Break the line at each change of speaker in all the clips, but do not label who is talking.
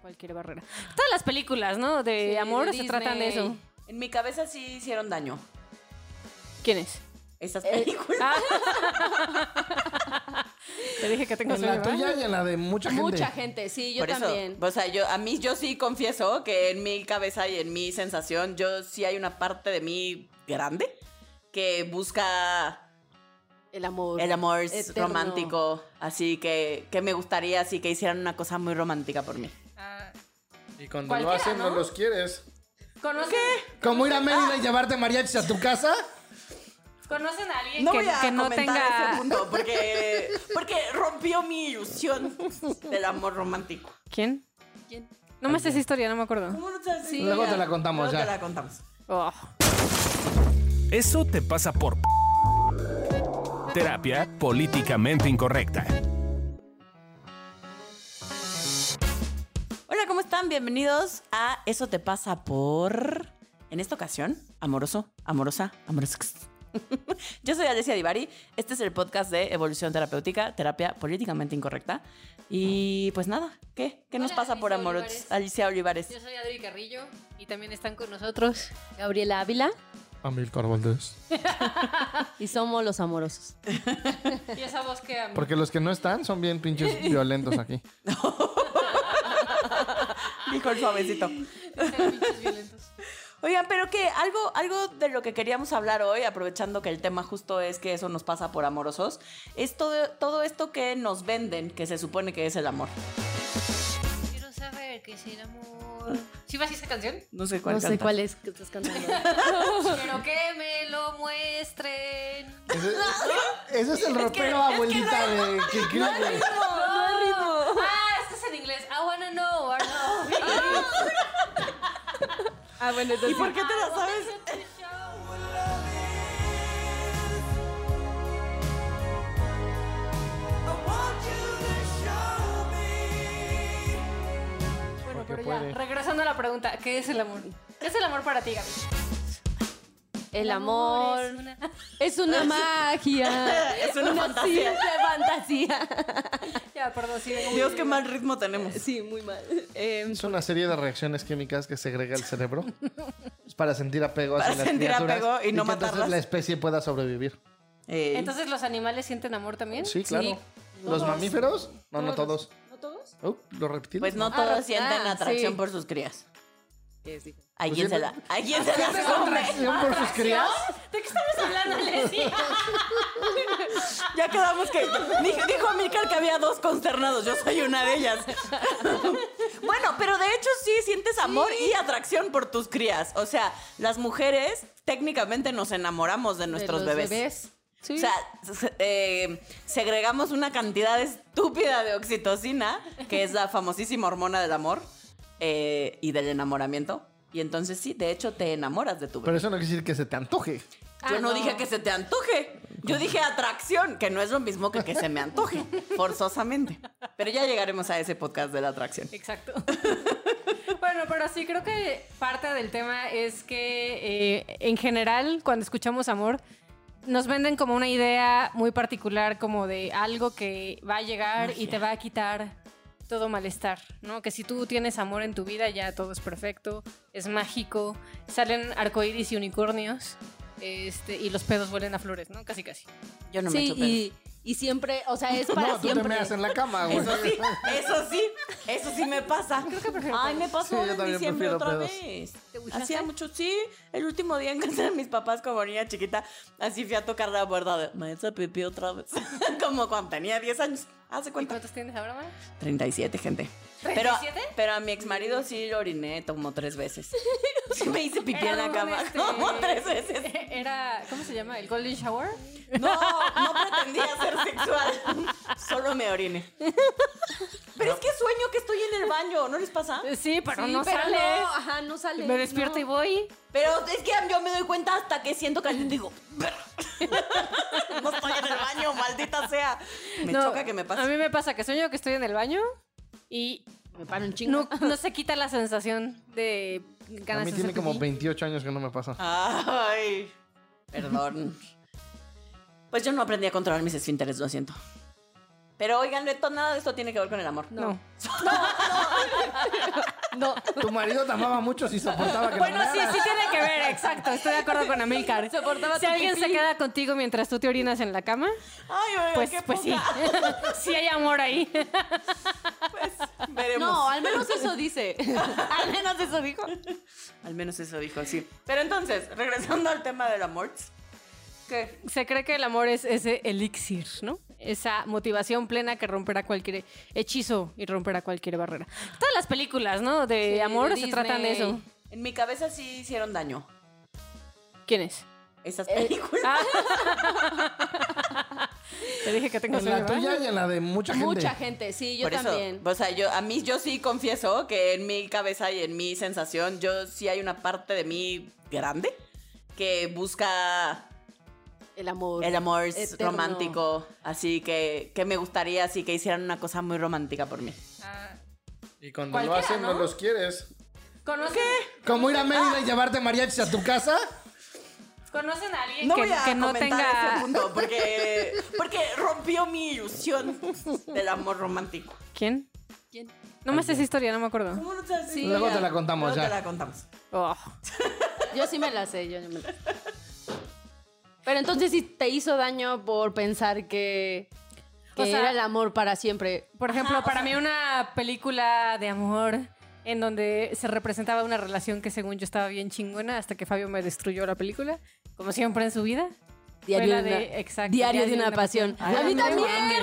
cualquier barrera. Todas las películas, ¿no? De
Sí,
amor
de
se
Disney.
tratan de eso.
En mi cabeza sí hicieron daño
¿Quién es? Ah.
esas
Eh,
Eh,
Pues
películas.
Te dije que tengo
En la
sueño, ¿verdad?
tuya y en la de mucha gente.
Mucha gente, sí, yo
Por eso,
también.
o sea, yo a mí yo sí confieso que en mi cabeza y en mi sensación yo sí hay una parte de mí grande que busca
El amor.
el amor
Eterno.
romántico, así que que me gustaría así que hicieran una cosa muy romántica por mí.
Ah,
Y cuando lo
Cualquiera,
hacen, no
¿no?
los quieres.
¿Conocen,
Como ir a Mérida y llevarte mariachis a tu casa.
¿Conocen a alguien
No
que,
voy a
que no
comentar
tenga.
ese punto porque porque rompió mi ilusión del amor romántico.
¿Quién?
¿Quién?
No me sé esa historia, no me acuerdo.
¿Cómo no te-
Sí,
Luego te la contamos
Luego
ya.
te la contamos.
Oh.
Eso te pasa por p- terapia políticamente incorrecta.
Hola, ¿cómo están? Bienvenidos a Eso te pasa por... En esta ocasión, amoroso, amorosa, amorosa. Yo soy Alessia Divari. Este es el podcast de Evolución Terapéutica, Terapia Políticamente Incorrecta. Y pues nada, ¿qué? ¿Qué nos
Hola,
pasa por
Alicia
amorosos?
Olivares.
Alicia Olivares.
Yo soy Adri Carrillo y también están con nosotros Gabriela Ávila
Amilcar Valdés.
y somos los amorosos.
Y esa voz que a mí.
Porque los que no están son bien pinches violentos aquí.
Dijo el suavecito. Oigan, pero que algo, algo de lo que queríamos hablar hoy, aprovechando que el tema justo es que eso nos pasa por amorosos, es todo, todo esto que nos venden, que se supone que es el amor.
Quiero saber que es el amor. ¿Sí vas a esa canción?
No sé
No
cuál
sé
canta.
cuál es que estás cantando.
Quiero que me lo muestren.
Ese, ese es el ropero abuelita de que creo que-
Ah, esto es en inglés. I wanna know. I wanna know.
Ah, bueno,
¿Y
entonces.
por qué te la sabes?
Bueno,
Porque
pero
puede.
ya, regresando a la pregunta, ¿qué es el amor? ¿Qué es el amor para ti, Gaby?
El amor
es una-
es una magia.
Es una fantasía.
simple fantasía.
Ya, perdón, sí. vengo muy-
Dios, qué mal ritmo tenemos.
Sí, muy mal.
Es una serie de reacciones químicas que segrega el cerebro. Es para sentir apego
Para
hacia las
sentir
criaturas.
apego y no
que entonces
matarlas.
la especie pueda sobrevivir.
Ey.
Entonces, ¿los animales sienten amor también?
Sí, claro. Los mamíferos, no, no todos.
¿No todos?
Uh, los reptiles.
pues no
Ah,
todos
ah,
sienten
sí.
atracción por sus crías. ¿A
Pues
quién se la,
siempre-
a quién se las come?
¿Atracción por sus crías?
¿De qué estamos hablando, Alessia?
Ya quedamos que. Dijo, dijo Amílcar que había dos consternados. Yo soy una de ellas. bueno, pero de hecho sí sientes amor y atracción por tus crías. O sea, las mujeres técnicamente nos enamoramos de nuestros bebés.
Sí.
O sea, se- eh, segregamos una cantidad estúpida de oxitocina, que es la famosísima hormona del amor eh, y del enamoramiento. Y entonces sí, de hecho te enamoras de tu
Pero
bebé.
eso no quiere decir que se te antoje.
Yo
Ah,
no,
no.
dije que se te antoje. Yo dije atracción, que no es lo mismo que que se me antoje, forzosamente. Pero ya llegaremos a ese podcast de la atracción.
Exacto. bueno, pero sí, creo que parte del tema es que eh, en general, cuando escuchamos amor, nos venden como una idea muy particular, como de algo que va a llegar y te va a quitar todo malestar, ¿no? Que si tú tienes amor en tu vida, ya todo es perfecto, es mágico, salen arcoíris y unicornios. Este, y los pedos vuelen a flores, ¿no? Casi, casi.
Yo no me
sí,
echo pedos.
y, y siempre, o sea, es para
no, tú
siempre.
te meas en la cama, güey.
Eso sí, eso sí, eso sí me pasa. Ay, me
Sí,
pasó
yo
en
también
diciembre
prefiero
otra
pedos.
vez. Hacía mucho, sí, el último día en casa de mis papás como niña chiquita, así fui a tocar la puerta de maestra pipí otra vez. como cuando tenía 10 años. ¿Hace
¿Y
cuánto?
cuántos tienes ahora, Mara?
37, gente. Pero,
¿37?
pero a mi ex marido sí lo oriné como tres veces. Sí me hice pipí en
Era
la
un,
cama
este,
como tres veces.
Era, ¿cómo se llama? ¿El Golden Shower?
No, no pretendía ser sexual. Solo me oriné. Pero es que sueño que estoy en el baño, ¿no les pasa?
Sí, pero
Sí,
no
pero
sale.
no, ajá, no sale.
Me despierto
no.
y voy.
Pero es que yo me doy cuenta hasta que siento caliente y digo, "Verga". no estoy en el baño, maldita sea. Me
No,
choca que me
A
pase.
mí me pasa que sueño que estoy en el baño y
Me paro un chingo.
no, no se quita la sensación de ganas
A mí
de
tiene
hacer
como
pipí.
28 años que no me pasa.
Ay, perdón. Pues yo no aprendí a controlar mis esfínteres, lo siento. Pero oigan, Neto, nada de esto tiene que ver con el amor.
No. No.
Tu marido te amaba mucho si soportaba que
Bueno,
lo
sí,
miraras.
sí tiene que ver, exacto. Estoy de acuerdo con Amilcar.
Soportaba
si
tu
alguien se
pipí.
queda contigo mientras tú te orinas en la cama,
Ay, oiga,
pues,
qué
pues sí.
poca.
sí hay amor ahí.
Pues, veremos.
No, al menos eso dice.
al menos eso dijo. Al menos eso dijo, sí. Pero entonces, regresando al tema del amor, ¿qué?
Se cree que el amor es ese elixir, ¿no? Esa motivación plena que romperá cualquier hechizo y romperá cualquier barrera. Todas las películas, ¿no? De
Sí,
amor
de
se tratan de
Disney.
eso.
En mi cabeza sí hicieron daño
¿Quién es?
esas
Eh,
películas.
Ah. Te dije que tengo
En la
sueño. ¿verdad?
tuya y en la de mucha gente.
Mucha gente, sí, yo
Por eso,
también.
o sea, yo, a mí yo sí confieso que en mi cabeza y en mi sensación, yo sí hay una parte de mí grande que busca
El amor.
el amor
Eterno.
romántico, así que, que me gustaría así que hicieran una cosa muy romántica por mí.
Ah,
Y cuando lo
Cualquiera,
hacen, no
¿no?
los quieres.
¿Conocen,
Como ir a Mérida y llevarte mariachis a tu casa.
conocen a alguien
No
que,
voy a
que no
comentar ese
tenga.
punto porque, porque rompió mi ilusión del amor romántico.
¿Quién?
¿Quién?
No me sé esa historia, no me acuerdo.
¿Cómo no te así?
Luego te la contamos
Luego
ya.
te la contamos.
Oh.
Yo sí me la sé, yo no me la sé. Pero entonces si te hizo daño por pensar que, que
O sea-
era el amor para siempre.
Por ejemplo, para mí una película de amor en donde se representaba una relación que según yo estaba bien chingona hasta que Fabio me destruyó la película, como siempre en su vida.
Diario,
la
de, una,
de- exacto,
diario de una pasión. a mí también.
qué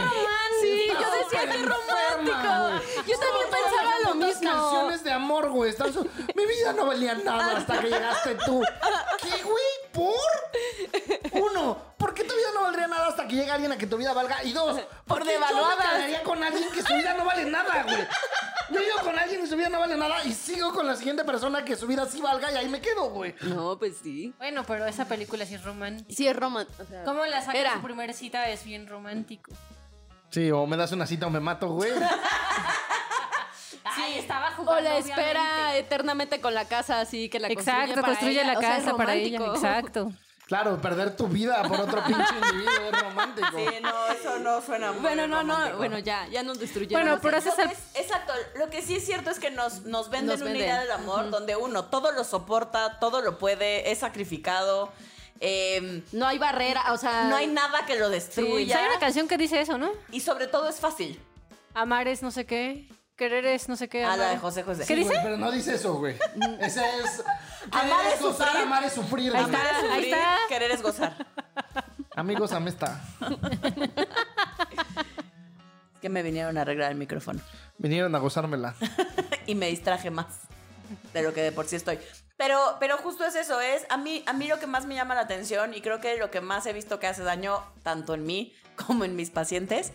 Sí,
romántico.
yo decía que
enferma,
romántico. Yo también pensaba lo
Las
mismo.
canciones de amor, güey. están su- Mi vida no valía nada hasta que llegaste tú. ¿Qué, güey? ¿Por? Uno, ¿por qué tu vida no valdría nada hasta que llegue alguien a que tu vida valga? Y dos, ¿por qué yo me
devaluadas.
casaría con alguien que su vida no vale nada, güey? Yo vivo con alguien y su vida no vale nada y sigo con la siguiente persona que su vida sí valga y ahí me quedo, güey.
No, pues sí.
Bueno, pero esa película sí es romántica.
Sí, es romántico.
¿Cómo la saca
Era.
su primera cita? Es bien romántico.
Sí, o me das una cita o me mato, güey.
Sí, estaba jugando.
o la espera eternamente con la casa, así que la
Exacto, construye
construye para
la
ella. O sea, es
casa para ella.
romántico.
Exacto.
Claro, perder tu vida por otro pinche individuo es romántico.
Sí, no, eso no suena muy
Bueno, no, no,
romántico.
bueno, ya, ya nos destruyeron.
Bueno, pero ese
Lo
es
que
el
es- pues, exacto, lo que sí es cierto es que nos, nos venden
Nos
una
venden.
idea del amor donde uno todo lo soporta, todo lo puede, es sacrificado, eh,
No hay barrera, o sea.
no hay nada que lo destruya
Hay una canción que dice eso, ¿no?
y sobre todo es fácil.
Amar es no sé qué, querer es no sé qué.
Ah, la
amar-
de José José.
¿Qué
Sí,
dice?
güey, pero no dice eso, güey. Esa es.
Amar
querer
es sufrir.
Amar es sufrir. güey.
Amar es
está, ahí
sufrir,
está.
querer es gozar.
Amigos, amesta.
Es que me vinieron a arreglar el micrófono
Vinieron a gozármela.
y me distraje más de lo que de por sí estoy. Pero, pero justo es eso, es a mí, a mí lo que más me llama la atención y creo que lo que más he visto que hace daño, tanto en mí como en mis pacientes,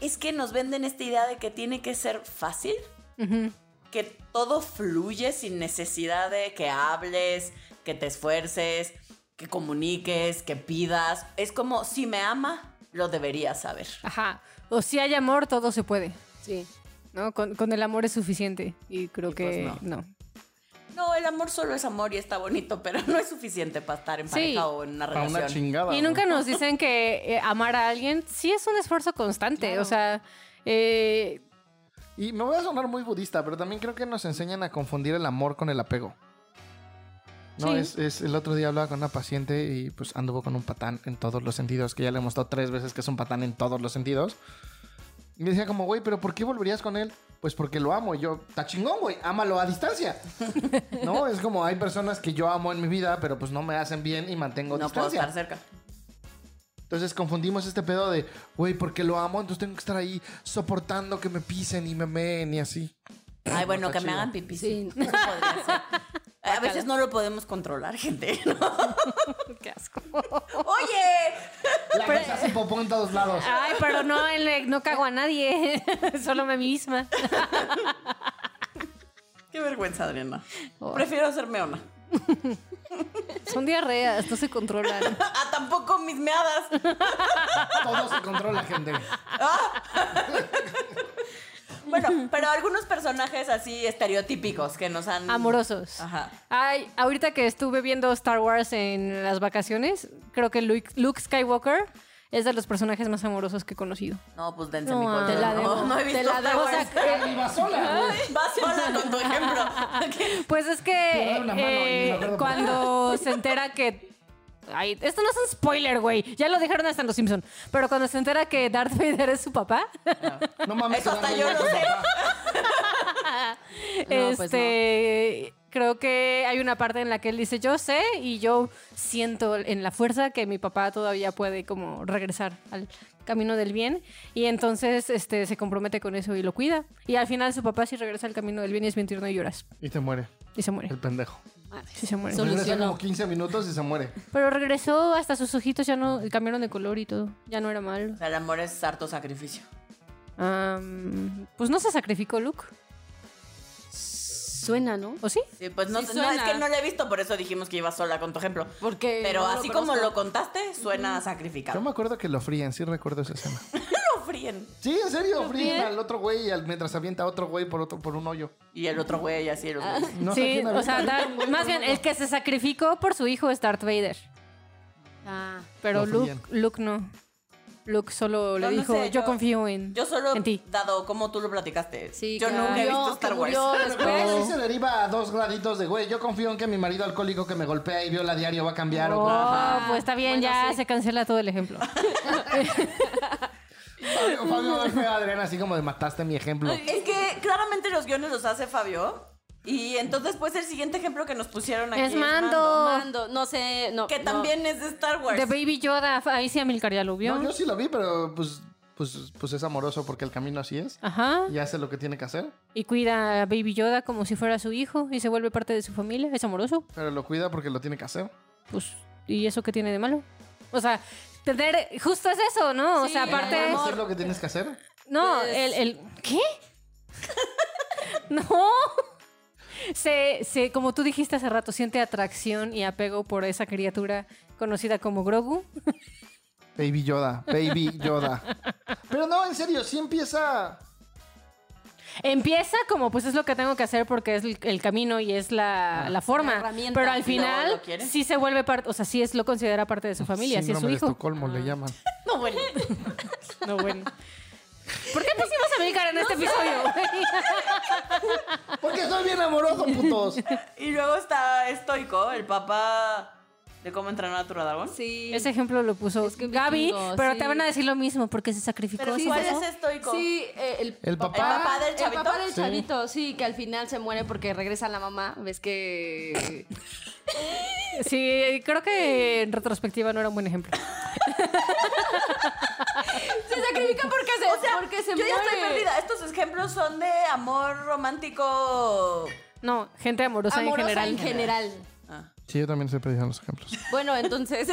es que nos venden esta idea de que tiene que ser fácil,
Ujú.
que todo fluye sin necesidad de que hables, que te esfuerces, que comuniques, que pidas. Es como, si me ama, lo debería saber.
Ajá. O si hay amor, todo se puede.
Sí.
¿No? Con, con el amor es suficiente. Y creo
Y
que
pues
no.
No, el amor solo es amor y está bonito, pero no es suficiente para estar en
Sí.
pareja o en una
Para
relación.
una chingada.
Y nunca nos dicen que eh, amar a alguien sí es un esfuerzo constante. O sea, eh,
güey. Y me voy a sonar muy budista, pero también creo que nos enseñan a confundir el amor con el apego. No,
Sí.
es, es- el otro día hablaba con una paciente y pues anduvo con un patán en todos los sentidos, que ya le hemos dado tres veces que es un patán en todos los sentidos. Y me decía como, güey, ¿pero por qué volverías con él? Pues porque lo amo. Y yo, está chingón, güey, ámalo a distancia. no, es como hay personas que yo amo en mi vida, pero pues no me hacen bien y mantengo
No puedo
distancia.
estar cerca.
Entonces confundimos este pedo de, güey, porque lo amo, entonces tengo que estar ahí soportando que me pisen y me meen y así.
Ay, bueno, que
está
me
chido.
hagan pipí.
Sí.
Eso podría ser. A veces no lo podemos controlar, gente. ¿no?
qué asco.
Oye,
La que se hace popó en todos lados.
Ay, pero no, el- no cago a nadie. Solo a mí misma.
qué vergüenza, Adriana.
Oh.
Prefiero hacerme una.
Son diarreas, no se controlan.
Ah, tampoco mis meadas.
Todo se controla, gente.
Bueno, pero algunos personajes así estereotípicos que nos han.
Amorosos.
Ajá.
Ay, ahorita que estuve viendo Star Wars en las vacaciones, creo que Luke, Luke Skywalker es de los personajes más amorosos que he conocido.
No, pues dense
No,
mi coche.
te
la
no,
debo,
no he visto
te la
Star
debo
Wars.
sacar.
Y va sola, güey.
Vas sola con tu ejemplo.
Pues es que
doy una mano y
eh,
me acuerdo por-
cuando se entera que... Ay, esto no es un spoiler, güey. Ya lo dejaron hasta en Los Simpson. Pero cuando se entera que Darth Vader es su papá,
No mames.
Eso
se
hasta
dan
yo
cuenta,
lo sé.
papá.
No, pues
este, creo que hay una parte en la que él dice, yo sé y yo siento en la fuerza que mi papá todavía puede como regresar al camino del bien. Y entonces este, se compromete con eso y lo cuida. Y al final su papá sí regresa al camino del bien y es bien tierno y lloras.
Y te muere
Y se muere.
el pendejo.
Sí se muere.
Solo-
Regresa
Solucionó.
como 15 minutos y se muere.
Pero regresó hasta sus ojitos, ya no cambiaron de color y todo. Ya no era malo.
O sea, el amor es harto sacrificio.
Am, pues no se sacrificó Luke,
Suena, ¿no?
¿o sí?
Sí, pues no,
Sí
sé- no,
suena.
es que no lo he visto, por eso dijimos que iba sola con tu ejemplo.
Porque
Pero
no lo
así como
conozco.
lo contaste, suena
Yo
sacrificado.
me acuerdo que lo fríen, sí recuerdo esa escena.
lo fríen?
Sí, en serio, fríen
fríen?
al otro güey y al- mientras avienta a otro güey por otro por un hoyo.
Y el otro güey así el otro
Ah.
güey.
No sé
sí,
quién
o
avienta,
sea, Darth-
un güey
más
por
bien,
otro.
el que se sacrificó por su hijo es Darth Vader.
Ah.
Pero
Lo
Luke,
fríen.
Luke no. Luke solo le
No, no
dijo,
sé,
yo,
yo-
confío en...
Yo solo,
En ti.
dado como tú lo platicaste,
Sí,
yo
que
nunca he
murió,
visto Star
que
Wars.
murió
Pero
después.
sí se deriva a dos graditos de güey. Yo confío en que mi marido alcohólico que me golpea y viola diario va a cambiar. o-
Oh,
Ajá.
pues está bien,
Bueno,
ya
sí.
se cancela todo el ejemplo.
Fabio, Fabio va a ver a Adrián así como de mataste mi ejemplo.
Es que claramente los guiones los hace Fabio. Y entonces, pues el siguiente ejemplo que nos pusieron aquí
Es Mando.
Mando, no sé, no.
que
no.
también es de Star Wars.
De Baby Yoda, ahí sí Amilcar ya lo vio.
No, yo sí lo vi, pero pues, pues, pues es amoroso porque el camino así es.
Ajá.
Y hace lo que tiene que hacer,
Y cuida a Baby Yoda como si fuera su hijo y se vuelve parte de su familia. Es amoroso.
pero lo cuida porque lo tiene que hacer.
Pues, ¿y eso qué tiene de malo? O sea, tener... Justo es eso, ¿no? O
Sí,
sea, aparte...
el amor.
Hacer lo que tienes que hacer.
No,
Pues-
el, el- ¿Qué? no. Se, se, como tú dijiste hace rato, siente atracción y apego por esa criatura conocida como Grogu.
Baby Yoda, Baby Yoda. Pero no, en serio, sí empieza.
Empieza como, pues es lo que tengo que hacer porque es el, el camino y es la, la forma.
Ah, La herramienta.
Pero al
No,
final
¿lo quiere?
sí se vuelve parte, o sea, sí es, lo considera parte de su familia, sí es su
Síndrome de
hijo. Ah.
Estocolmo le llaman.
No, bueno.
No, bueno. ¿Por qué pusimos a Milcar en este episodio? güey?
Porque soy bien amoroso, putos.
Y luego está estoico, el papá de cómo entrenar a tu dragón.
Sí.
Ese ejemplo lo puso
Es que
Gaby,
vikingo,
pero
sí.
te van a decir lo mismo porque se sacrificó.
Pero
¿sí
¿cuál
sabes?
es estoico?
Sí, eh, el,
El papá.
El papá del chavito.
El papá del
Sí.
chavito, sí, que al final se muere porque regresa la mamá. Ves que.
Sí, creo que en retrospectiva no era un buen ejemplo.
se sacrifica porque se, porque se
Yo
muere.
ya estoy perdida. Estos ejemplos son de amor romántico.
No, gente amorosa,
Amorosa
en general.
en general.
Sí, yo también se pedí los ejemplos.
Bueno, entonces.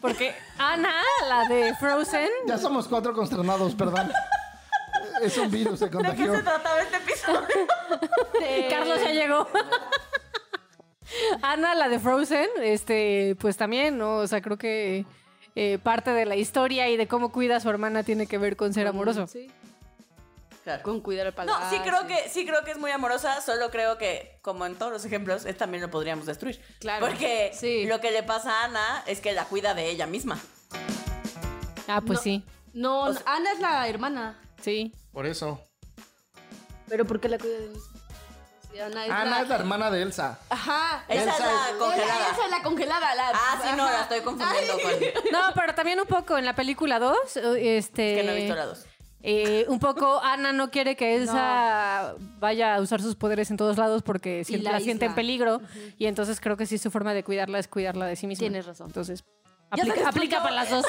Porque Ana, la de Frozen,
Ya somos cuatro consternados, perdón. Es un virus, se
¿De qué
contagió.
se trataba este episodio?
y Carlos ya llegó. Ana, la de Frozen, este, pues también, ¿no? O sea, creo que eh, parte de la historia y de cómo cuida a su hermana tiene que ver con ser amoroso.
Mm, Sí.
Claro.
Con cuidar al Ah, palacio.
No, sí creo que sí creo que es muy amorosa, solo creo que como en todos los ejemplos, él también lo podríamos destruir.
Claro,
Porque
sí.
lo que le pasa a Ana es que la cuida de ella misma.
Ah, pues
No.
sí,
No,
O sea-
Ana es la hermana.
sí.
Por eso.
Pero ¿por qué la cuida de mí? Sí, Ana es
Ana
la...
es la hermana de Elsa.
Ajá.
Esa
Elsa
es
es-
la congelada.
Esa es la congelada. La...
Ah, sí, no,
Ajá.
la estoy confundiendo con Es
No, pero también un poco en la película 2, este...
que no he visto la dos.
Eh, un poco Ana no quiere que Elsa vaya a usar sus poderes en todos lados porque sien-
la
la, siente en
isla.
peligro y entonces creo que sí su forma de cuidarla es cuidarla de sí misma.
Tienes razón.
Entonces
Ya se
aplica,
destruyó.
aplica para las dos.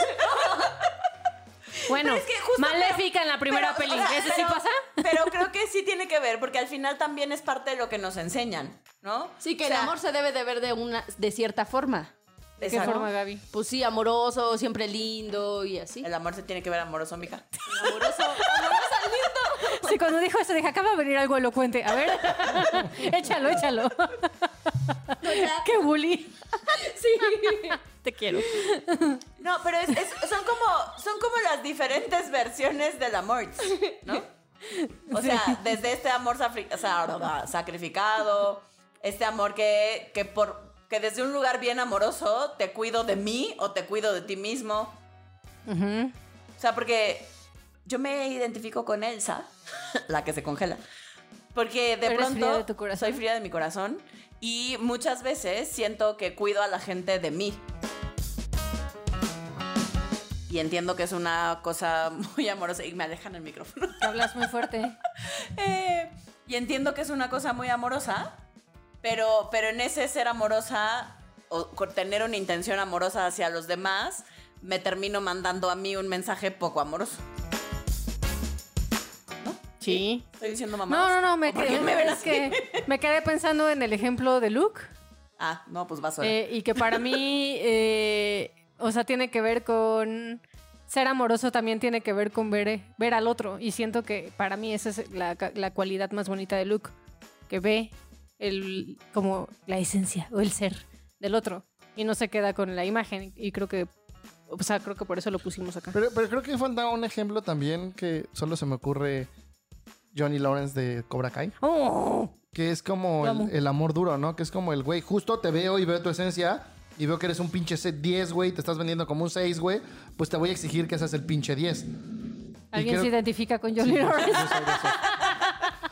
bueno,
Pero es que justo-
maléfica en la primera
Pero, o
peli.
sea,
¿Ese sí
pero-
pasa?
Pero creo que sí tiene que ver, porque al final también es parte de lo que nos enseñan, ¿no?
Sí, que
O sea,
el amor se debe de ver de una de cierta forma.
¿De qué
exacto.
forma, Gaby?
Pues sí, amoroso, siempre lindo y así.
El amor se tiene que ver amoroso, mija.
Amoroso, amoroso lindo.
Sí, cuando dijo eso dije, acaba de venir algo elocuente. A ver, échalo, échalo. ¡Qué bully!
Sí.
Te quiero.
No, pero es- es- son, como, son como las diferentes versiones del amor, ¿no? O sea, desde este amor safri- o sea, sacrificado, este amor que, que, por, que desde un lugar bien amoroso te cuido de mí o te cuido de ti mismo.
Ujú.
O sea, porque yo me identifico con Elsa, la que se congela. Porque de
Pero eres
pronto
fría de tu corazón.
soy fría de mi corazón y muchas veces siento que cuido a la gente de mí. Y entiendo que es una cosa muy amorosa. Y me alejan el micrófono.
Te hablas muy fuerte.
Eh, y entiendo que es una cosa muy amorosa, pero, pero en ese ser amorosa o con tener una intención amorosa hacia los demás, me termino mandando a mí un mensaje poco amoroso.
Sí.
Estoy diciendo mamá.
No, no, no, me
¿Por qué
quedé,
me ven
es que me quedé pensando en el ejemplo de Luke
Ah, no, pues vas a
eh, y que para mí, eh, o sea, tiene que ver con ser amoroso también tiene que ver con ver, eh, ver al otro y siento que para mí esa es la, ca- la cualidad más bonita de Luke, que ve el, como la esencia o el ser del otro y no se queda con la imagen y creo que, o sea, creo que por eso lo pusimos acá.
Pero, pero creo que falta un ejemplo también que solo se me ocurre Johnny Lawrence de Cobra Kai.
¡Oh!
Que es como
Lo amo.
el, el amor duro, ¿no? Que es como el güey, justo te veo y veo tu esencia y veo que eres un pinche set 10, güey, te estás vendiendo como un 6, güey, pues te voy a exigir que seas el pinche 10.
¿Alguien
creo-
se identifica con
Sí,
Johnny
yo-
Lawrence?
yo soy de esos.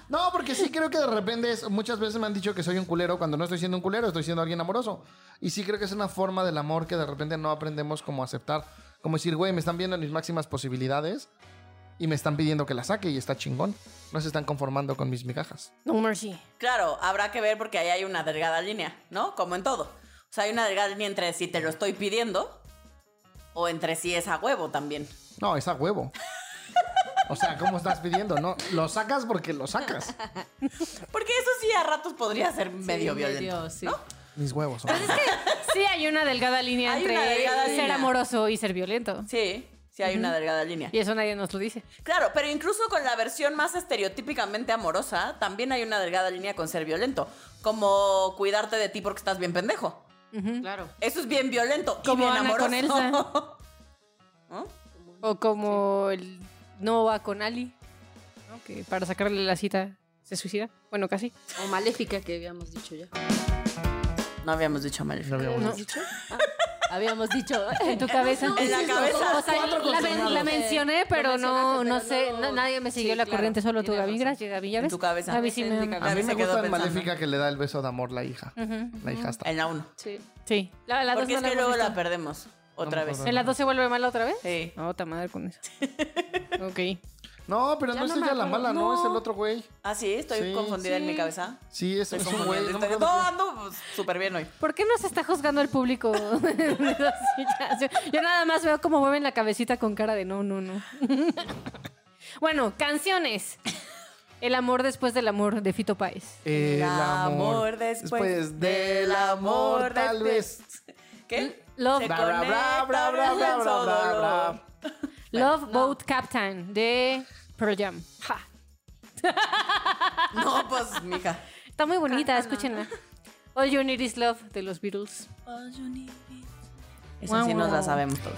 No, porque sí creo que de repente es- muchas veces me han dicho que soy un culero cuando no estoy siendo un culero, estoy siendo alguien amoroso. Y sí creo que es una forma del amor que de repente no aprendemos como a aceptar. Como decir, güey, me están viendo en mis máximas posibilidades y me están pidiendo que las saque y está chingón. No se están conformando con mis migajas.
No mercy.
Claro, habrá que ver porque ahí hay una delgada línea, ¿no? Como en todo. O sea, hay una delgada línea entre si te lo estoy pidiendo o entre si es a huevo también.
No, es a huevo. O sea, ¿cómo estás pidiendo? No, lo sacas porque lo sacas.
Porque eso sí a ratos podría ser medio
Sí,
violento.
medio, sí.
Mis huevos. hombre.
Sí, hay una delgada línea
Hay
entre
una delgada
ser
línea.
amoroso y ser violento.
Sí, sí hay una delgada línea.
Y eso nadie nos lo dice.
Claro, pero incluso con la versión más estereotípicamente amorosa, también hay una delgada línea con ser violento. Como cuidarte de ti porque estás bien pendejo.
Claro.
Eso es bien violento
Como
y bien
Ana
amoroso.
con
¿No?
O como el no va con Ali, ¿no? que para sacarle la cita se suicida. Bueno, casi.
O maléfica que habíamos dicho ya.
No habíamos dicho mal.
No habíamos
No.
dicho.
Ah, Habíamos dicho. ¿eh?
En tu cabeza.
En la cabeza.
O sea, la, men- la mencioné, pero no, no
mencionaste,
sé,
pero
no-
no-
nadie me siguió
Sí,
la
claro,
corriente, solo tú,
tienes
Gaby.
razón.
Gracias, Gaby. ¿Ya
En
ves?
tu cabeza.
Gaby sí
En
me
mi
ama.
cabeza.
A mí
Se
me
quedó
gusta el
pensando. Eh,
maléfica que le da el beso de amor la hija. La hijasta.
En la 1.
Sí.
Sí. La, la dos
Porque
no
es que
hemos
luego la
visto.
perdemos otra
No me
vez.
acuerdo.
¿En la dos se vuelve mala otra vez?
Sí.
No, ta madre con eso. ok.
No, pero no es ella la mala, no, es el otro güey.
Ah, sí, estoy
Sí.
confundida en mi
Sí.
cabeza.
Sí, es,
Estoy
es un
confundida.
güey. No me
Estoy-
acuerdo
No,
qué-
ando pues, súper bien hoy.
¿Por qué nos está juzgando el público? Yo nada más veo cómo mueven la cabecita con cara de no, no, no. Bueno, canciones. El amor después del amor de Fito Páez.
Eh, El amor,
después,
después del amor, tal vez.
¿Qué?
Love,
Se
Bra, bra,
conecta,
bra, bra, bra,
en su
bra, bra,
dolor.
bra.
Love Boat Captain de Pearl Jam. Ja.
No, pues, mija.
Está muy bonita, escúchenla. All You Need Is Love de los Beatles.
Esa sí
Guau,
nos la
guau.
sabemos todos.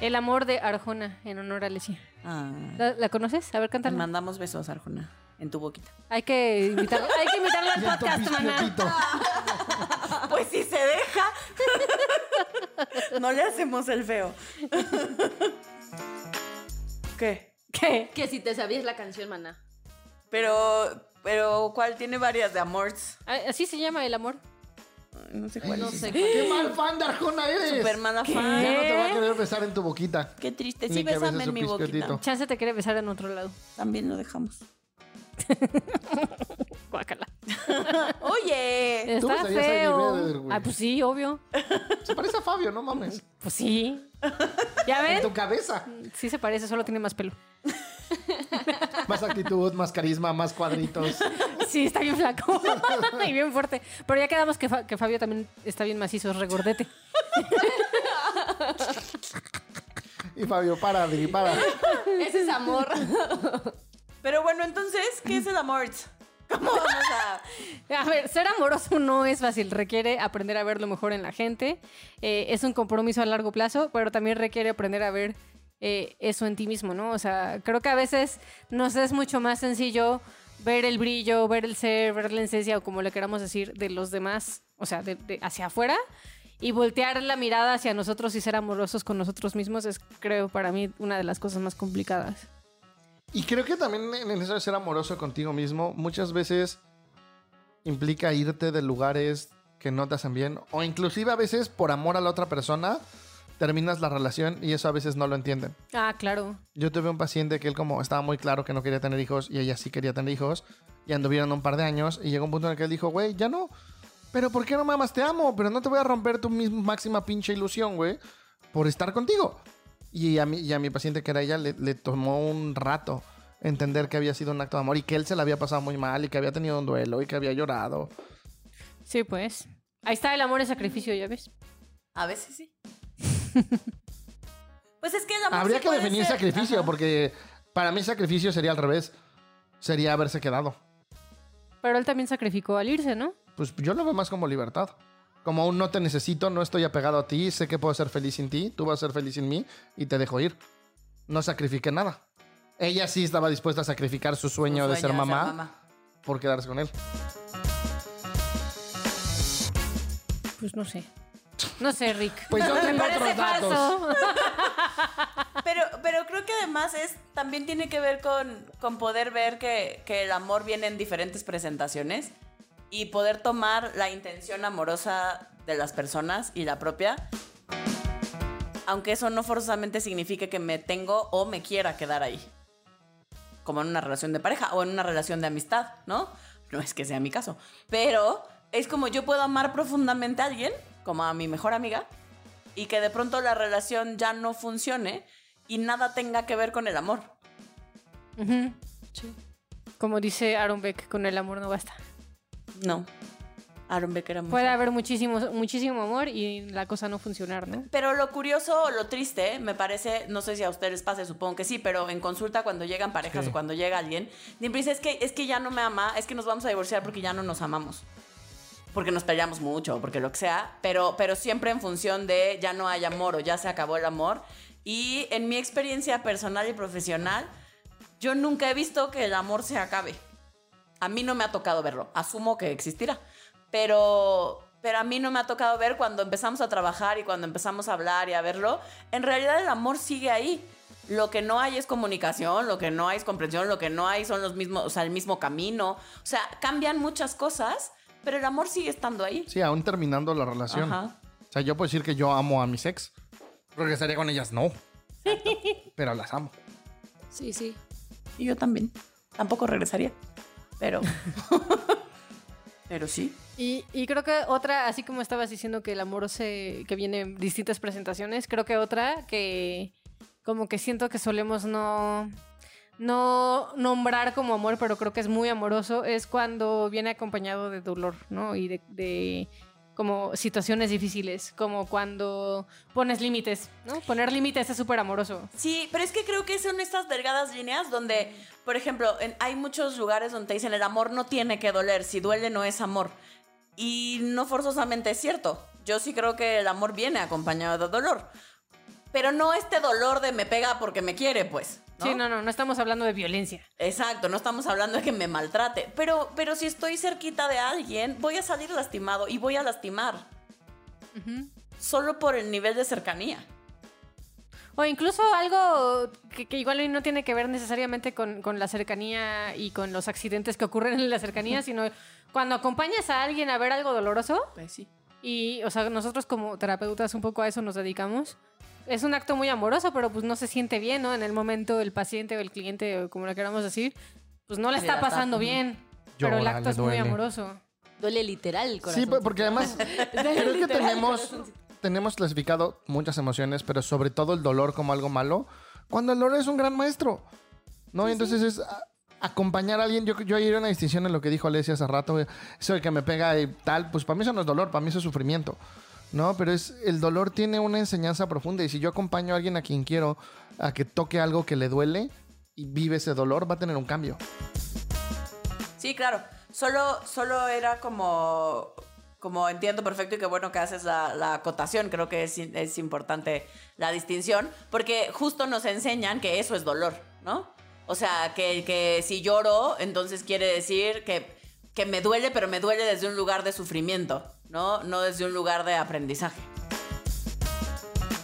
El amor de Arjona en honor a Lesia.
Ah,
¿La, la conoces? A ver,
te
cántala.
mandamos besos, Arjona, en tu boquita.
Hay que invitarla, hay que invitarla al
Y el
podcast,
topi
maná.
piojito.
Pues si se deja. no le hacemos el feo. ¿Qué?
¿Qué?
Que si te sabías la canción, maná.
Pero, pero, ¿cuál? Tiene varias de amors.
Ah, Así se llama el amor.
Ay, No sé cuál
No
es.
sé.
¡Qué mal fan de Arjona eres!
Super mala
Ya
fan.
no te va a querer besar en tu boquita.
Qué triste.
Ni
Sí,
que beses
besame en
su
mi boquita.
piscotito.
Chance te quiere besar en otro lado.
También lo dejamos.
Guácala.
Oye.
Tú
Está
besarías a Eddie Vedder,
feo.
güey.
Ah, pues sí, obvio.
Se parece a Fabio, no mames.
Pues sí. ¿Ya
En
ven?
tu cabeza.
Sí se parece, solo tiene más pelo.
Más actitud, más carisma, más cuadritos.
Sí, está bien flaco. y bien fuerte. Pero ya quedamos que, Fa- que Fabio también está bien macizo, es regordete.
Y Fabio, para, Adri, para.
Ese es amor.
Pero bueno, entonces, ¿qué es el amor? ¿Cómo vamos a...?
A ver, ser amoroso no es fácil, requiere aprender a ver lo mejor en la gente, eh, es un compromiso a largo plazo, pero también requiere aprender a ver eh, eso en ti mismo, ¿no? O sea, creo que a veces nos es mucho más sencillo ver el brillo, ver el ser, ver la esencia o como le queramos decir de los demás, o sea, de, de hacia afuera y voltear la mirada hacia nosotros y ser amorosos con nosotros mismos es, creo, para mí una de las cosas más complicadas.
Y creo que también en eso de ser amoroso contigo mismo, muchas veces implica irte de lugares que no te hacen bien. O inclusive a veces, por amor a la otra persona, terminas la relación y eso a veces no lo entienden.
Ah, claro.
Yo tuve un paciente que él como estaba muy claro que no quería tener hijos y ella sí quería tener hijos. Y anduvieron un par de años y llegó un punto en el que él dijo, güey, ya no. Pero ¿por qué no mamas? Te amo, pero no te voy a romper tu misma máxima pinche ilusión, güey, por estar contigo. Y a, mí, y a mi paciente que era ella le, le tomó un rato entender que había sido un acto de amor y que él se la había pasado muy mal y que había tenido un duelo y que había llorado.
Ah,
Sí, pues. Ahí está el amor es sacrificio, ya ves.
A veces sí. pues es que el amor
Habría
sí
que
puede
definir
ser-
sacrificio, porque para mí sacrificio sería al revés. Sería haberse quedado.
Pero él también sacrificó al irse, ¿no?
Pues yo lo veo más como libertad. Como un no te necesito, no estoy apegado a ti, sé que puedo ser feliz sin ti, tú vas a ser feliz sin mí y te dejo ir. No sacrifiqué nada. Ella sí estaba dispuesta a sacrificar su
Tu
sueño, de ser mamá, por quedarse con él.
Pues no sé. No sé, Rick.
Pues yo
Me
tengo
parece
otros datos.
falso.
Pero, pero creo que además es también tiene que ver con, con poder ver que, que el amor viene en diferentes presentaciones y poder tomar la intención amorosa de las personas y la propia. Aunque eso no forzosamente signifique que me tengo o me quiera quedar ahí. Como en una relación de pareja o en una relación de amistad, ¿no? No es que sea mi caso. Pero es como yo puedo amar profundamente a alguien, como a mi mejor amiga, y que de pronto la relación ya no funcione y nada tenga que ver con el amor.
Ujú. Como dice Aaron Beck, con el amor no basta.
No. Aaron Beck era muy
Puede
feo.
haber muchísimo, muchísimo amor y la cosa no funcionar, ¿no?
Pero lo curioso o lo triste, me parece, no sé si a ustedes pase, supongo que sí, pero en consulta cuando llegan parejas
Sí.
o cuando llega alguien, siempre dice, es que, es que ya no me ama, es que nos vamos a divorciar porque ya no nos amamos. Porque nos peleamos mucho, porque lo que sea, pero, pero siempre en función de ya no hay amor o ya se acabó el amor. Y en mi experiencia personal y profesional, yo nunca he visto que el amor se acabe. A mí no me ha tocado verlo. Asumo que existirá. Pero, pero a mí no me ha tocado ver cuando empezamos a trabajar y cuando empezamos a hablar y a verlo. En realidad el amor sigue ahí. Lo que no hay es comunicación, lo que no hay es comprensión, lo que no hay son los mismos, o sea, el mismo camino. O sea, cambian muchas cosas, pero el amor sigue estando ahí.
Sí, aún terminando la relación.
Ajá.
O sea, yo puedo decir que yo amo a mis ex. Regresaría con ellas, no. Pero las amo.
Sí, sí.
Y yo también. Tampoco regresaría. Pero. pero sí.
Y, y creo que otra, así como estabas diciendo que el amor se, que viene en distintas presentaciones, creo que otra que como que siento que solemos no, no nombrar como amor, pero creo que es muy amoroso, es cuando viene acompañado de dolor, ¿no? Y de, de como situaciones difíciles, como cuando pones límites, ¿no? Poner límites es súper amoroso.
Sí, pero es que creo que son estas delgadas líneas donde, por ejemplo, en- hay muchos lugares donde te dicen el amor no tiene que doler, si duele no es amor. Y no forzosamente es cierto. Yo sí creo que el amor viene acompañado de dolor. Pero no este dolor de me pega porque me quiere, pues. ¿no?
Sí, no, no, no estamos hablando de violencia.
Exacto, no estamos hablando de que me maltrate. Pero, pero si estoy cerquita de alguien, voy a salir lastimado y voy a lastimar. Solo por el nivel de cercanía.
O incluso algo que, que igual no tiene que ver necesariamente con, con la cercanía y con los accidentes que ocurren en la cercanía, sino cuando acompañas a alguien a ver algo doloroso,
Pues sí.
y o sea, nosotros como terapeutas un poco a eso nos dedicamos, es un acto muy amoroso, pero pues no se siente bien, ¿no? En el momento el paciente o el cliente, o como lo queramos decir, pues no le
Sí,
está
la está-
pasando
ujú.
bien, pero el
Llora,
acto
le
es muy
duele.
amoroso.
Duele literal el corazón.
Sí, po- pues, porque además creo que tenemos, tenemos clasificado muchas emociones, pero sobre todo el dolor como algo malo, cuando el dolor es un gran maestro. ¿No? Y entonces es a- acompañar a alguien. Yo, yo ahí era una distinción en lo que dijo Alessia hace rato. eh, Eso de que me pega y tal, pues para mí eso no es dolor, para mí eso es sufrimiento. No, pero es el dolor tiene una enseñanza profunda y si yo acompaño a alguien a quien quiero a que toque algo que le duele y vive ese dolor, va a tener un cambio.
Sí, claro. Solo, solo era como, como entiendo perfecto y qué bueno que haces la, la acotación. Creo que es, in- es importante la distinción porque justo nos enseñan que eso es dolor, ¿no? O sea, que, que si lloro, entonces quiere decir que, que me duele, pero me duele desde un lugar de sufrimiento, ¿no? No desde un lugar de aprendizaje.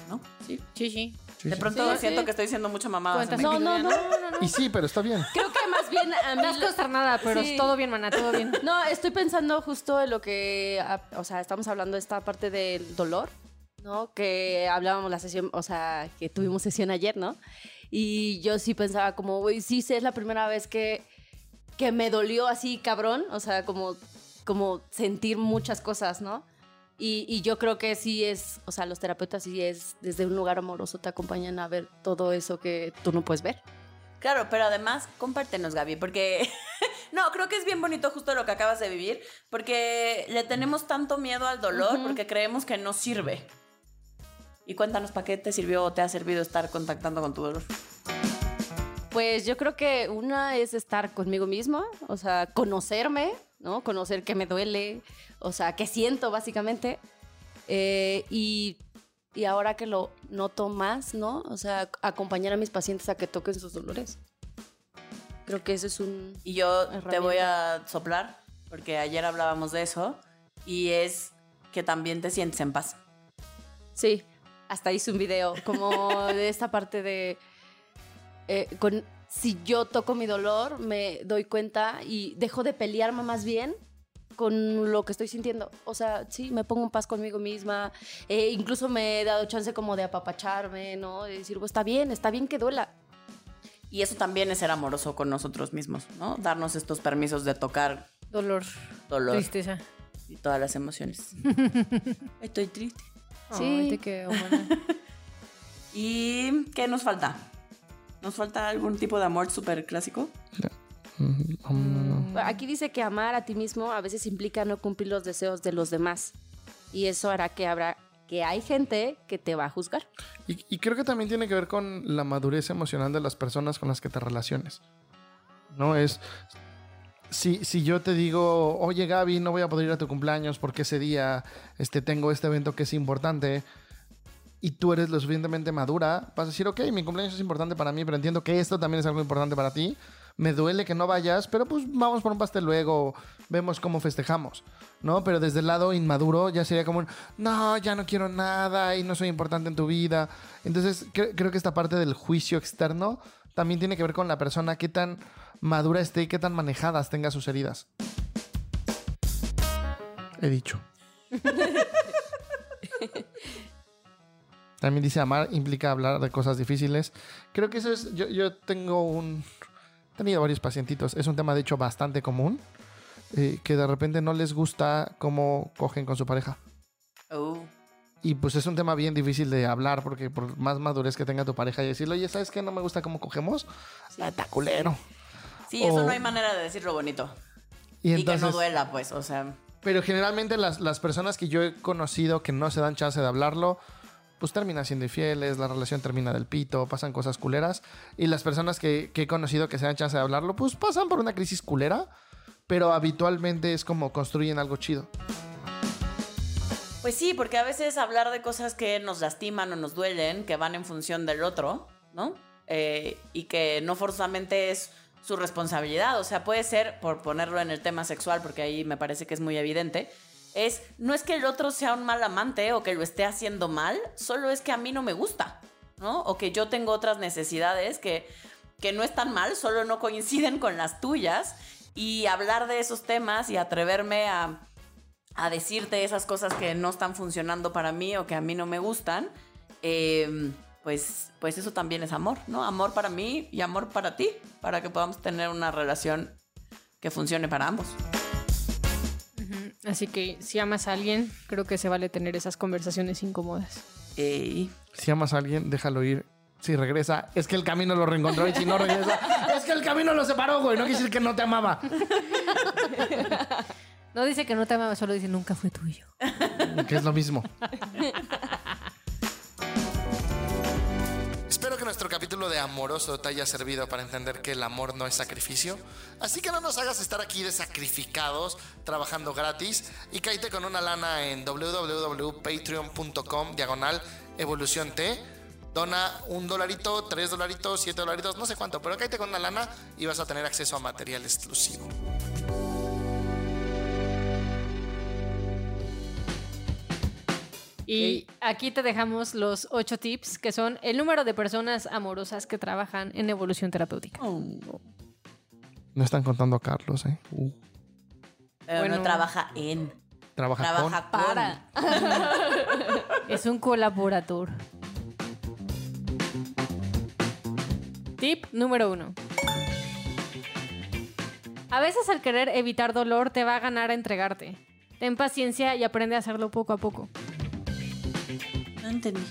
¿No? Sí.
Sí, sí.
Sí,
De
sí.
pronto
Sí,
siento
sí.
que estoy siendo mucha mamada.
Cuentas- No, no, no, no, no.
Y sí, pero está bien.
Creo que más bien a mí
Estás
lo-
consternada, pero
Sí.
todo bien, mana, todo bien.
No, estoy pensando justo en lo que, ah, o sea, estamos hablando de esta parte del dolor, ¿no? Que hablábamos la sesión, o sea, que tuvimos sesión ayer, ¿no? Y yo sí pensaba como, güey, sí, sí, es la primera vez que, que me dolió así cabrón, o sea, como, como sentir muchas cosas, ¿no? Y, y yo creo que sí es, o sea, los terapeutas sí es, desde un lugar amoroso te acompañan a ver todo eso que tú no puedes ver.
Claro, pero además, compártenos, Gaby, porque. no, creo que es bien bonito justo lo que acabas de vivir, porque le tenemos tanto miedo al dolor porque creemos que no sirve. Y cuéntanos, ¿para qué te sirvió o te ha servido estar contactando con tu dolor?
Pues yo creo que una es estar conmigo misma, o sea, conocerme, ¿no? Conocer qué me duele, o sea, qué siento básicamente. Eh, y, y ahora que lo noto más, ¿no? O sea, ac- acompañar a mis pacientes a que toquen sus dolores. Creo que eso es un...
Y yo te
Herramienta.
voy a soplar, porque ayer hablábamos de eso, y es que también te sientes en paz.
Sí, hasta hice un video como de esta parte de... eh, con, si yo toco mi dolor, me doy cuenta y dejo de pelearme más bien con lo que estoy sintiendo. O sea, sí, me pongo en paz conmigo misma. Eh, incluso me he dado chance como de apapacharme, ¿no? De decir, pues está bien, está bien que duela.
Y eso también es ser amoroso con nosotros mismos, ¿no? Darnos estos permisos de tocar
Dolor,
dolor
tristeza.
y todas las emociones. Estoy triste.
Sí.
Sí.
te quedo, mana.
¿Y qué nos falta? ¿Nos falta algún tipo de amor súper clásico?
Mm, mm,
Bueno, Aquí dice que amar a ti mismo a veces implica no cumplir los deseos de los demás. Y eso hará que habrá que hay gente que te va a juzgar.
Y, y creo que también tiene que ver con la madurez emocional de las personas con las que te relaciones. No es. Si, si yo te digo, oye Gaby, no voy a poder ir a tu cumpleaños porque ese día este, tengo este evento que es importante y tú eres lo suficientemente madura, vas a decir, ok, mi cumpleaños es importante para mí, pero entiendo que esto también es algo importante para ti. Me duele que no vayas, pero pues vamos por un pastel luego, vemos cómo festejamos, ¿no? Pero desde el lado inmaduro ya sería como un, no, ya no quiero nada y no soy importante en tu vida. Entonces cre- creo que esta parte del juicio externo también tiene que ver con la persona, qué tan madura esté y qué tan manejadas tenga sus heridas. He dicho. También dice amar implica hablar de cosas difíciles. Creo que eso es. Yo, yo tengo un. He tenido varios pacientitos. Es un tema, de hecho, bastante común. eh, que de repente no les gusta cómo cogen con su pareja. Y pues es un tema bien difícil de hablar porque por más madurez que tenga tu pareja y decirle, oye, ¿sabes qué? No me gusta cómo cogemos. Está culero.
Sí, eso
O-
no hay manera de decirlo bonito.
Y,
Y,
entonces,
que no duela, pues, o sea.
Pero generalmente las, las personas que yo he conocido que no se dan chance de hablarlo, pues terminan siendo infieles, la relación termina del pito, pasan cosas culeras. Y las personas que, que he conocido que se dan chance de hablarlo, pues pasan por una crisis culera, pero habitualmente es como construyen algo chido.
Pues sí, porque a veces hablar de cosas que nos lastiman o nos duelen, que van en función del otro, ¿no? Eh, y que no forzosamente es su responsabilidad. O sea, puede ser, por ponerlo en el tema sexual, porque ahí me parece que es muy evidente, es, no es que el otro sea un mal amante o que lo esté haciendo mal, solo es que a mí no me gusta, ¿no? O que yo tengo otras necesidades que, que no están mal, solo no coinciden con las tuyas. Y hablar de esos temas y atreverme a a decirte esas cosas que no están funcionando para mí o que a mí no me gustan, eh, pues, pues eso también es amor, ¿no? Amor para mí y amor para ti, para que podamos tener una relación que funcione para ambos.
Ujú. Así que si amas a alguien, creo que se vale tener esas conversaciones incómodas.
Ey.
Si amas a alguien, déjalo ir. Si regresa, es que el camino lo reencontró y si no regresa, es que el camino lo separó, güey. No quiere decir que no te amaba.
No dice que no te amaba, solo dice nunca fue tuyo.
Que es lo mismo.
Espero que nuestro capítulo de Amoroso te haya servido para entender que el amor no es sacrificio. Así que no nos hagas estar aquí de sacrificados, trabajando gratis y caíte con una lana en www.patreon.com diagonal evolución T Dona un dolarito, tres dolaritos, siete dolaritos, no sé cuánto, pero cállate con una lana y vas a tener acceso a material exclusivo.
Y aquí te dejamos los ocho tips, que son el número de personas amorosas que trabajan en evolución terapéutica.
No están contando a Carlos, ¿eh? Uh,
Pero
Bueno.
no trabaja en.
trabaja,
Trabaja
con.
para.
Es un colaborador. Tip número uno. A veces al querer evitar dolor te va a ganar a entregarte. Ten paciencia y aprende a hacerlo poco a poco.
No entendí.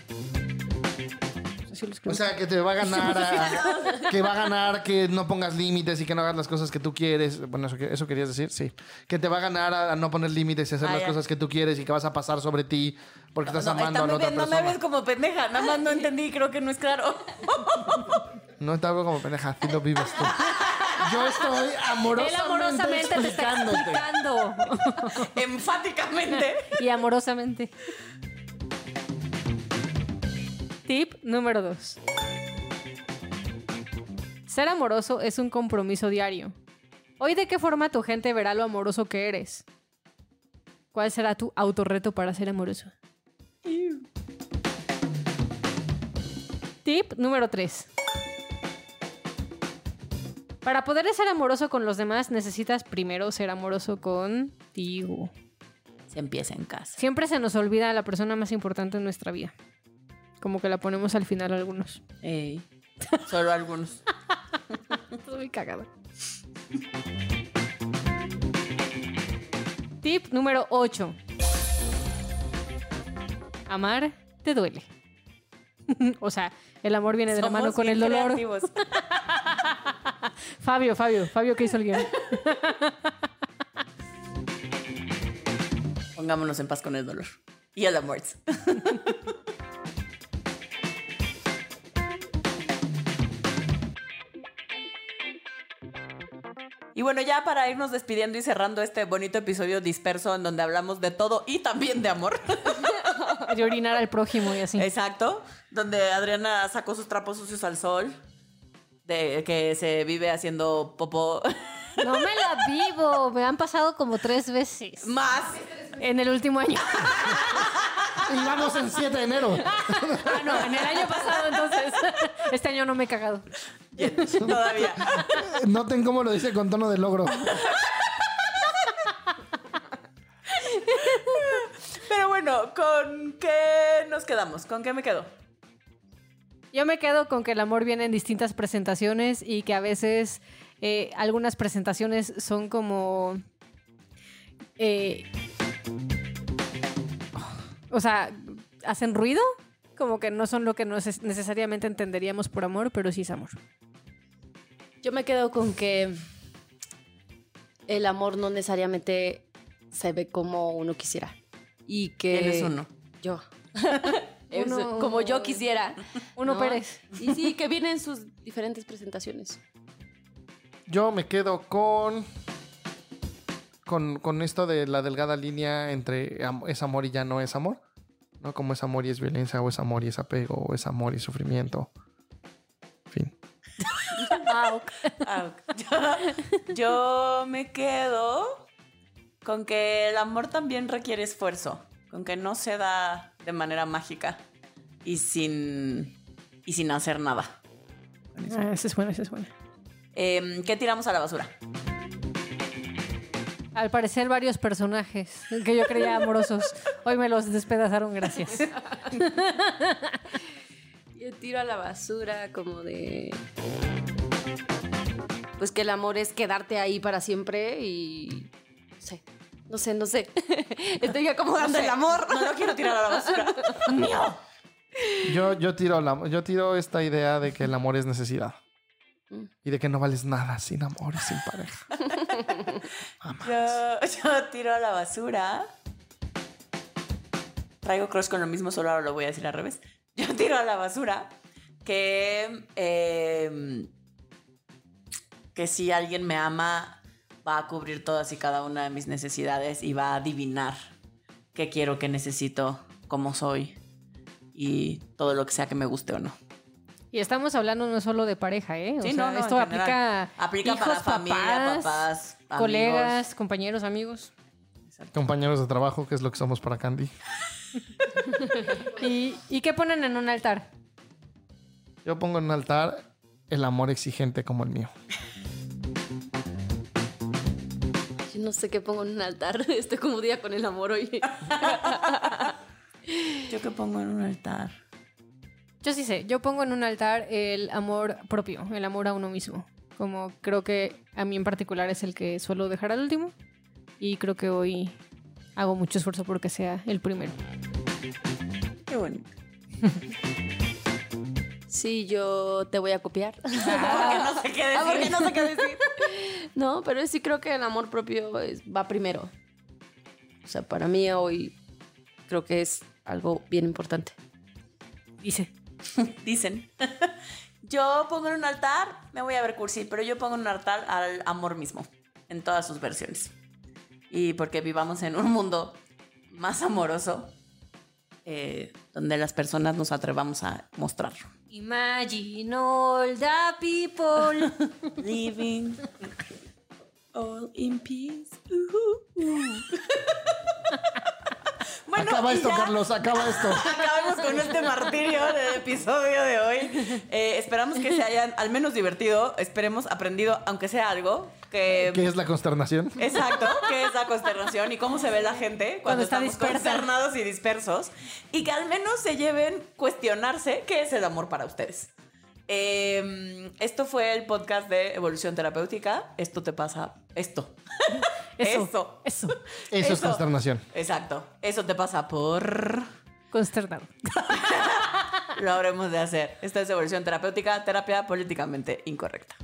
O sea, que te va a ganar. a- que va a ganar que no pongas límites y que no hagas las cosas que tú quieres. Bueno, eso, que- eso querías decir, sí. Que te va a ganar a, a no poner límites y hacer
Ah,
las
ya.
cosas que tú quieres y que vas a pasar sobre ti porque estás
No, está
amando a
muy
la otra
bien, no me
persona.
ves como pendeja, nada más no entendí, creo que no es claro.
No te hago como pendeja, así lo vives tú. Yo estoy amorosamente,
Él amorosamente te está
explicándote.
explicando.
Enfáticamente.
y amorosamente. Tip número 2. Ser amoroso es un compromiso diario. Hoy de qué forma tu gente verá lo amoroso que eres. ¿Cuál será tu autorreto para ser amoroso? Tip número 3. Para poder ser amoroso con los demás necesitas primero ser amoroso contigo.
Se empieza en casa.
Siempre se nos olvida la persona más importante en nuestra vida. Como que la ponemos al final algunos.
Ey. Solo algunos.
Estoy muy cagada. Tip número 8. Amar te duele. o sea, el amor viene de la mano
Somos
con
bien
el dolor.
creativos.
Fabio, Fabio, Fabio que hizo el guión.
Pongámonos en paz con el dolor. Y el amor. Y bueno, ya para irnos despidiendo y cerrando este bonito episodio disperso en donde hablamos de todo y también de amor.
De orinar al prójimo y así.
Exacto. Donde Adriana sacó sus trapos sucios al sol. De que se vive haciendo popó
No me la vivo. Me han pasado como tres veces.
más.
En el último año.
Y vamos en 7 de enero.
Ah, no, en el año pasado entonces. Este año no me he cagado.
Todavía.
Noten cómo lo dice con tono de logro.
Pero bueno, ¿con qué nos quedamos? ¿Con qué me quedo?
Yo me quedo con que el amor viene en distintas presentaciones y que a veces eh, algunas presentaciones son como... eh, o sea, hacen ruido, como que no son lo que nos es- necesariamente entenderíamos por amor, pero sí es amor.
Yo me quedo con que el amor no necesariamente se ve como uno quisiera. Y que.
Tienes uno.
Yo. Es
Uno-
como yo quisiera.
Uno
¿no?
Pérez.
Y sí, que vienen sus diferentes presentaciones.
Yo me quedo con, con. con esto de la delgada línea entre am- es amor y ya no es amor. ¿No? Como es amor y es violencia, o es amor y es apego, o es amor y sufrimiento. Fin.
Ah, ok. yo, yo me quedo con que el amor también requiere esfuerzo, con que no se da de manera mágica y sin, y sin hacer nada.
Ah, ese es bueno, ese es bueno.
Em, ¿Qué tiramos a la basura?
Al parecer varios personajes que yo creía amorosos. Hoy me los despedazaron, gracias.
Yo tiro a la basura como de. Pues que el amor es quedarte ahí para siempre y. No sé. No sé, no sé. Estoy acomodando el amor.
No lo quiero tirar a la basura. ¡Mío!
Yo, yo, tiro la- yo tiro esta idea de que el amor es necesidad.
Mm.
Y de que no vales nada sin amor y sin pareja.
Yo, yo tiro a la basura. Traigo cross con lo mismo, solo ahora lo voy a decir al revés. Yo tiro a la basura que. eh, que si alguien me ama, va a cubrir todas y cada una de mis necesidades y va a adivinar qué quiero, qué necesito, cómo soy. y todo lo que sea que me guste o no.
Y estamos hablando no solo de pareja, ¿eh? O
Sí,
sea,
no, no,
esto
en
aplica,
general. Aplica para familia, papás, amigos.
colegas, compañeros, amigos.
Compañeros de trabajo, que es lo que somos para Candy.
¿Y, y qué ponen en un altar?
Yo pongo en un altar el amor exigente como el mío.
Yo no sé qué pongo en un altar. Estoy como día con el amor hoy.
Yo que pongo en un altar.
Yo sí sé, yo pongo en un altar el amor propio, el amor a uno mismo. Como creo que a mí en particular es el que suelo dejar al último. Y creo que hoy hago mucho esfuerzo porque sea el primero.
Qué bonito.
Sí, yo te voy a copiar.
Ah, no sé qué decir.
Ah, porque no sé qué decir. No, pero sí creo que el amor propio es- va primero. O sea, para mí hoy creo que es algo bien importante.
Dice.
Dicen. Yo pongo en un altar, me voy a ver cursi, pero yo pongo en un altar al amor mismo, en todas sus versiones. Y porque vivamos en un mundo más amoroso, eh, donde las personas nos atrevamos a mostrarlo.
Imagine all the people.
Living all in peace. bueno,
acaba
y
esto,
ya.
Carlos, acaba esto.
Acabamos con este martirio del episodio de hoy. Eh, esperamos que se hayan al menos divertido, esperemos aprendido, aunque sea algo, que...
¿Qué es la consternación?
Exacto, que es la consternación y cómo se ve la gente cuando,
Cuando está
estamos
dispersa.
consternados y dispersos. Y que al menos se lleven cuestionarse qué es el amor para ustedes. Eh, esto fue el podcast de Evolución Terapéutica. Esto te pasa, esto. Eso.
Eso. Eso.
Eso es
Eso.
consternación.
Exacto. Eso te pasa por...
Consternado.
Lo habremos de hacer. Esta es Evolución Terapéutica, terapia políticamente incorrecta.